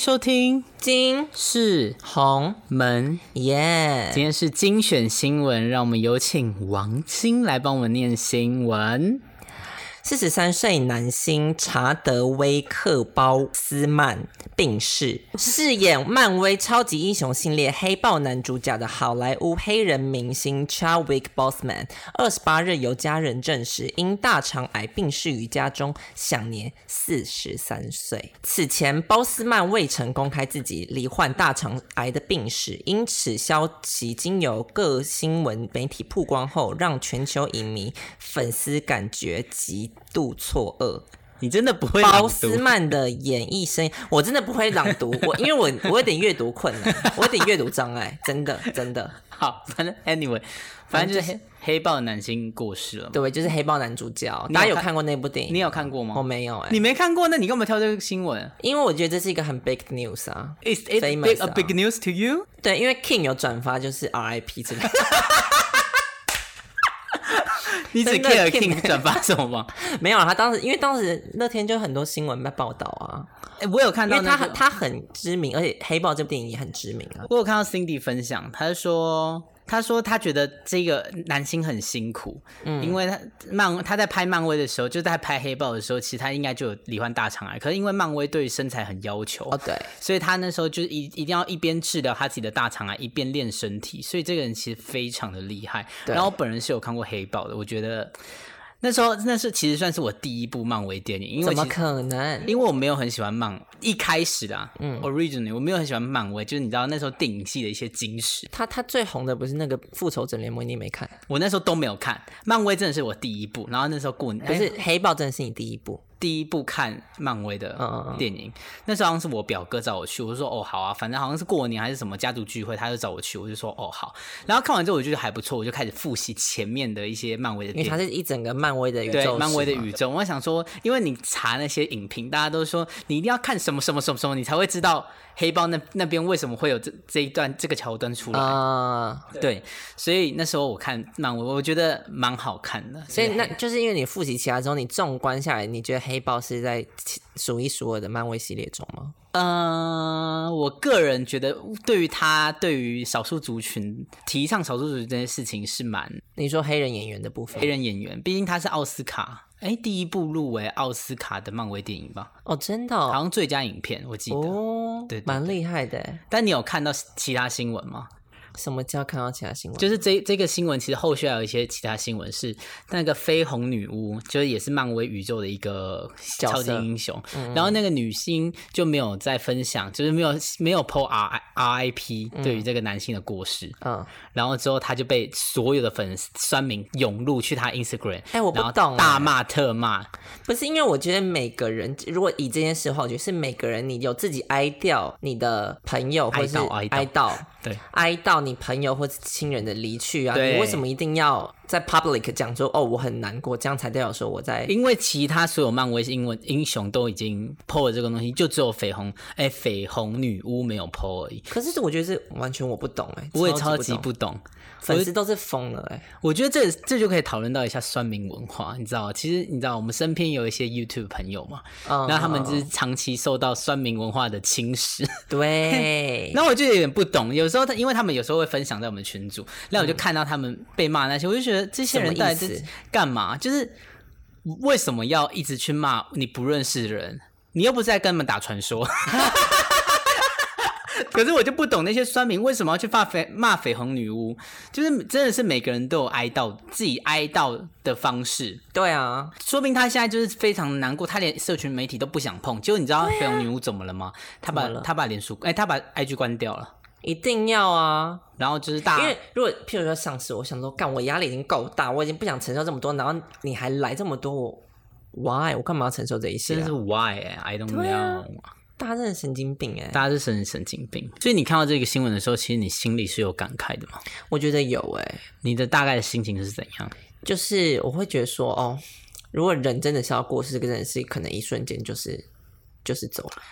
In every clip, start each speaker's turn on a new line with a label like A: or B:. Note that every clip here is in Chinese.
A: 收听
B: 金
A: 是红门。
B: 耶
A: 今天是精选新闻，让我们有请王晶来帮我们念新闻。
B: 四十三岁男星查德威克鲍斯曼病逝，饰演漫威超级英雄系列黑豹男主角的好莱坞黑人明星 Chadwick Boseman，二十八日由家人证实因大肠癌病逝于家中，享年四十三岁。此前，鲍斯曼未曾公开自己罹患大肠癌的病史，因此消息经由各新闻媒体曝光后，让全球影迷粉丝感觉极度错愕。
A: 你真的不会朗
B: 鲍
A: 读
B: 斯曼的演艺生涯，我真的不会朗读，我因 为我我有点阅读困难，我有点阅读障碍，真的真的。
A: 好，反正 anyway，反正就是黑黑豹男星过世了嘛。
B: 对，就是黑豹男主角，
A: 你有
B: 大家有
A: 看
B: 看过那部电影？
A: 你有看过吗？
B: 我没有哎、
A: 你哦没看过，那你干嘛挑这个新闻
B: 因为我觉得这是一个很 big news 啊。
A: ？Is it
B: Famous
A: big, a
B: 啊
A: big news to you？
B: 对，因为 King 有转发就是 RIP 之类的，
A: 你只
B: 真的
A: care
B: King-
A: King 转发什么吗？
B: 没有啊，他当时因为当时那天就很多新闻在报道 啊，
A: 哎 我有看
B: 因
A: 到
B: 为
A: 那哦个
B: 他很他很知名，而且《黑豹》这部电影也很知名啊。
A: 我有看到 Cindy 分享，他说。他说他觉得这个男星很辛苦，
B: 嗯
A: 因为他漫他在拍漫威的时候，就在拍黑豹的时候，其实他应该就有罹患大肠癌，可是因为漫威对于身材很要求，
B: 哦，对，
A: 所以他那时候就是一一定要一边治疗他自己的大肠癌，一边练身体，所以这个人其实非常的厉害。
B: 对
A: 然后我本人是有看过黑豹的，我觉得那时候那是其实算是我第一部漫威电影，因为
B: 怎么
A: 其实
B: 可能？
A: 因为我没有很喜欢漫，一开始的、啊，嗯，originally 我没有很喜欢漫威，就是你知道那时候电影系的一些精神，
B: 他他最红的不是那个《复仇者联盟》，你没看？
A: 我那时候都没有看。漫威真的是我第一部，然后那时候过年
B: 可
A: 哎
B: 是《黑豹》真的是你第一部，
A: 第一部看漫威的
B: 嗯嗯嗯
A: 电影，那时候好像是我表哥找我去，我就说哦好啊，反正好像是过年还是什么家族聚会，他就找我去，我就说哦好。然后看完之后我觉得还不错，我就开始复习前面的一些漫威的
B: 因
A: 电
B: 为它
A: 影。
B: 是一整个漫威的宇
A: 对
B: 宙，
A: 漫威的
B: 是吗
A: 宇宙，我想说，因为你查那些影评，大家都说你一定要看什么什么什么什么，你才会知道黑豹那那边为什么会有这这一段这个桥段出来。
B: 啊、
A: 对，所以那时候我看漫威，我觉得蛮好看的。
B: 所以那就是因为你复习其他之后，你纵观下来，你觉得黑豹是在其数一数二的漫威系列中吗？
A: 呃，我个人觉得，对于他对于少数族群提倡少数族群这件事情是蛮
B: 你说黑人演员的部分
A: 黑人演员，毕竟他是奥斯卡，哎，第一部入围奥斯卡的漫威电影吧，
B: 哦，真的哦，
A: 好像最佳影片我记得。
B: 哦
A: 对对对
B: 蛮厉害的。欸
A: 但你有看到其他新闻吗？
B: 什么叫看到其他新闻？
A: 就是这这个新闻，其实后续还有一些其他新闻是那个绯红女巫，就是也是漫威宇宙的一个
B: 角色嗯
A: 超级英雄。然后那个女星就没有再分享，就是没有没有 PO R I P 对于这个男性的过世。
B: 嗯，
A: 然后之后他就被所有的粉丝酸民涌入去他 Instagram，
B: 哎我不
A: 然后
B: 懂哎
A: 大骂特骂，
B: 不是因为我觉得每个人，如果以这件事的话，我觉得是每个人你有自己哀悼你的朋友，或
A: 哀
B: 者是
A: 悼哀悼
B: 哀悼
A: 对
B: 哀悼你朋友或是亲人的离去啊，
A: 对
B: 你为什么一定要在 public 讲说哦我很难过，这样才代表说我在
A: 因为其他所有漫威英文英雄都已经 PO 了这个东西，就只有绯红哎绯红女巫没有 PO 而已，
B: 可是我觉得是完全我不懂哎、
A: 我也超
B: 超级
A: 级
B: 不懂，
A: 不懂。
B: 粉丝都是疯了哎、
A: 我觉得这这就可以讨论到一下酸民文化，你知道？其实你知道，我们身边有一些 YouTube 朋友嘛，
B: 嗯
A: 那他们就是长期受到酸民文化的侵蚀。
B: 对，
A: 那我就有点不懂，有时候他因为他们有时候会分享在我们群组，那我就看到他们被骂那些，我就觉得这些人到底
B: 嗯什么意
A: 是
B: 思
A: 干嘛？就是为什么要一直去骂你不认识的人？你又不是在跟他们打传说。 可是我就不懂那些酸民为什么要去骂绯骂绯红女巫，就是真的是每个人都有哀悼自己哀悼的方式，
B: 对啊，
A: 说明他现在就是非常难过，他连社群媒体都不想碰。结果你知道绯红女巫怎么了吗？他把
B: 啊怎么了
A: 他把脸书哎、他把 IG 关掉了。
B: 一定要啊，
A: 然后就是大
B: 因为如果譬如说上次我想说，干我压力已经够大，我已经不想承受这么多，然后你还来这么多，我 why 我干嘛要承受这一些、
A: 真是
B: 啊？
A: why、欸、I don't
B: 对啊
A: know，、
B: 大家真的神经病哎、
A: 大家是神神经病。所以你看到这个新闻的时候，其实你心里是有感慨的嘛？
B: 我觉得有哎、
A: 你的大概的心情是怎样？
B: 就是我会觉得说哦，如果人真的是要过世，这个真的是可能一瞬间就是就是走了，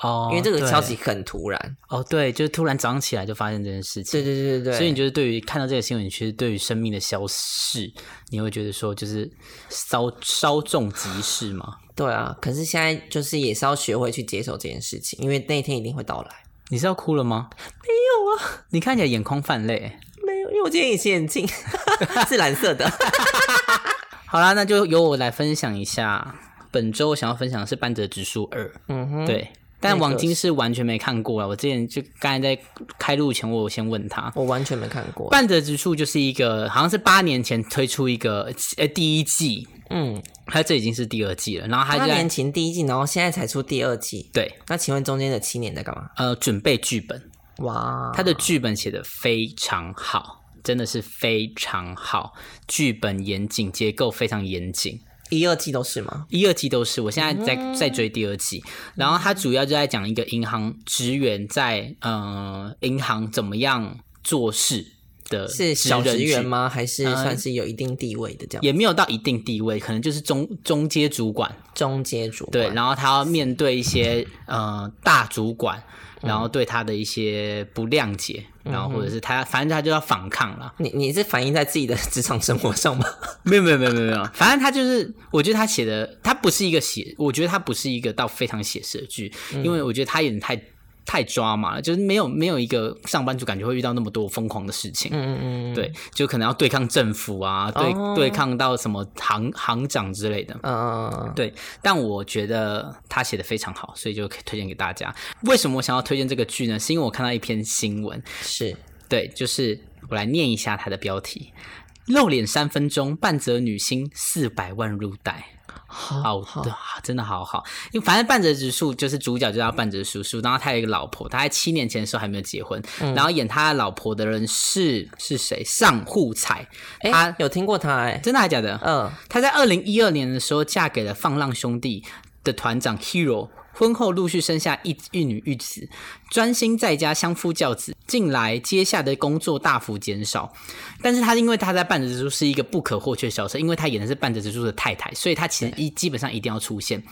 A: 哦，
B: 因为这个
A: 对
B: 消息很突然。
A: 哦，对，就是突然早上起来就发现这件事情，
B: 对对对对对，
A: 所以你就是对于看到这个新闻，其实对于生命的消逝，你会觉得说就是稍稍纵即逝嘛？
B: 对啊，可是现在就是也是要学会去接受这件事情，因为那一天一定会到来。
A: 你是要哭了吗？没有啊，你看起来眼眶泛泪。欸
B: 没有，因为我今天隐形眼镜 是蓝色的。
A: 好啦，那就由我来分享一下本周我想要分享的是《半泽直树二》。
B: 嗯哼，
A: 对，但
B: 那个
A: 网金是完全没看过啊。我之前就刚才在开录前，我有先问他，
B: 我完全没看过。
A: 半泽直树就是一个好像是八年前推出一个呃第一季，
B: 嗯，
A: 它这已经是第二季了，然后它
B: 八
A: 就在
B: 年前第一季，然后现在才出第二季。
A: 对
B: 那请问中间的七年在干嘛？
A: 呃准备剧本，
B: 哇，
A: 它的剧本写的非常好，真的是非常好，剧本严谨，结构非常严谨。
B: 一二季都是吗？
A: 一、二季都是，我现在
B: 嗯
A: 在在追第二季，然后它主要就在讲一个银行职员在呃银行怎么样做事的
B: 是小
A: 职人
B: 职员
A: 剧
B: 吗？还是算是有一定地位的这样？
A: 也没有到一定地位，可能就是中中阶主管，
B: 中阶主管
A: 对，然后他要面对一些呃大主管，然后对他的一些不谅解，
B: 嗯
A: 然后或者是他反正他就要反抗了。
B: 你你是反映在自己的 职场生活上吗？
A: 没有没有没有没有没有，反正他就是，我觉得他写的他不是一个写，我觉得他不是一个到非常写实的剧，
B: 嗯
A: 因为我觉得他有点太。太抓马了，就是没有没有一个上班族感觉会遇到那么多疯狂的事情，
B: 嗯嗯嗯，
A: 对，就可能要对抗政府啊，对、
B: 哦
A: 对抗到什么行行长之类的，
B: 嗯，
A: 对，但我觉得他写的非常好，所以就可以推荐给大家。为什么我想要推荐这个剧呢？是因为我看到一篇新闻，
B: 是
A: 对，就是我来念一下它的标题：露脸三分钟，半泽女星四百万入袋。好
B: 好
A: 的，真的好好，因为反正半泽直树就是主角就叫半泽叔叔，然后他有一个老婆，他在七年前的时候还没有结婚，然后演他的老婆的人是是谁？上户彩，
B: 哎、
A: 他
B: 有听过他哎、
A: 啊真的还假的？
B: 嗯，
A: 她在二零一二年的时候嫁给了放浪兄弟的团长 Hero，婚后陆续生下一一女一子，专心在家相夫教子。近来接下的工作大幅减少，但是她因为她在半泽直树是一个不可或缺的角色，因为她演的是半泽直树的太太，所以她其实一基本上一定要出现。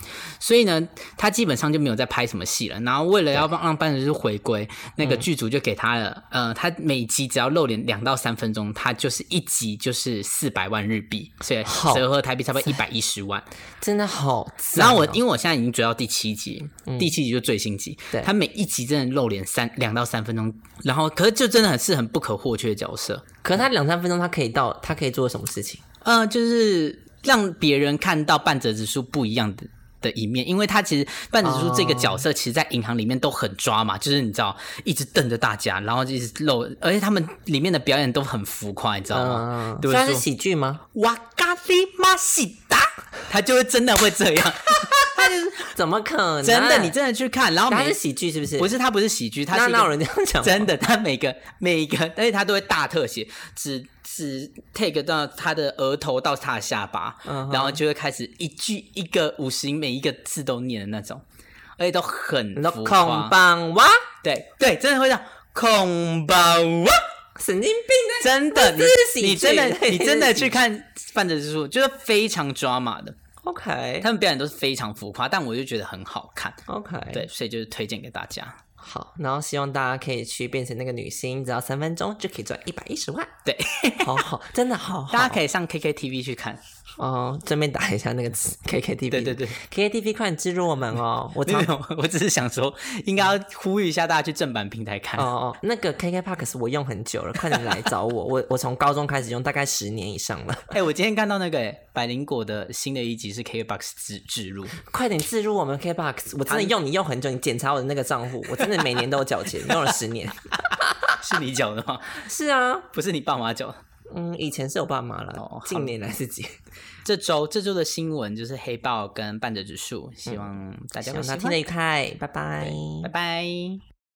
A: 所以呢，她基本上就没有再拍什么戏了。然后为了要让让半泽直树回归，那个剧组就给她了，呃，她每集只要露脸两到三分钟，她就是一集就是四百万日币，所以
B: 好
A: 折合台币差不多一百一十万。
B: 真的好赞哦、嗯
A: 然后我因为我现在已经追到第七集，第七集就最新集
B: 对，
A: 他每一集真的露脸三两到三分钟，然后可是就真的很是很不可或缺的角色，
B: 可是他两三分钟，他可以到，他可以做什么事情？
A: 呃，就是让别人看到半泽直树不一样的。的一面，因为他其实半泽直树这个角色，其实，在银行里面都很抓嘛就是你知道，一直瞪着大家，然后就一直露，而且他们里面的表演都很浮夸，你知道吗？
B: 嗯，
A: 哦对
B: 算
A: 不
B: 是
A: 对？
B: 喜 剧吗？
A: 瓦咖喱马西达，他就会真的会这样，
B: 怎么可能？
A: 真的，你真的去看，然后
B: 他
A: 每
B: 是喜剧是不是？
A: 不是，它不是喜剧，它
B: 那
A: 是一
B: 那有
A: 个
B: 人这样讲吗，
A: 真的，它每个 每一个，而且它都会大特写，只只 take 到他的额头到他的下巴，
B: 嗯哼
A: 然后就会开始一句一个五十音，每一个字都念的那种，而且都很
B: 你说
A: 浮
B: 孔
A: 夸，
B: 棒哇，
A: 对对，真的会这样，恐吧哇。
B: 神经病
A: 真的，你
B: 这是喜剧
A: 你真的
B: 对
A: 你真的
B: 这是喜
A: 去
B: 剧
A: 看《半泽直树》，就是非常 drama 的，
B: ！OK
A: 他们表演都是非常浮夸，但我就觉得很好看，
B: OK，
A: 对，，所以就是推荐给大家。
B: 好，然后希望大家可以去变成那个女星，只要三分钟就可以赚一百一十 万。
A: 对，
B: 好好，真的好好，
A: 大家可以上 KKTV 去看。
B: 哦，顺便打一下那 个词 KKTV，
A: 对对对
B: ，KKTV 快点植入我们 哦，我
A: 没
B: 常
A: 有没有，我只是想说，应该要呼吁一下大家去正版平台看。
B: 哦哦，那个 KK Park 是我用很久了，快点来找我，我 我从高中开始用，大概十年以上了，
A: 哎、我今天看到那个哎百灵果的新的一集是 KBox 植植入，
B: 快点置入我们 KK Park，我真的用你用很久，你检查我的那个账户，我真的每年都有缴钱，用了十 年。
A: 是你缴的吗？
B: 是啊，
A: 不是你爸妈缴的。
B: 嗯，以前是有爸妈了，
A: 哦好
B: 近年来自己，
A: 这周这周的新闻就是黑豹跟半泽指数，希望大家
B: 嗯希
A: 会
B: 望
A: 喜
B: 他
A: 欢。
B: 听得愉快，拜拜。
A: 拜拜。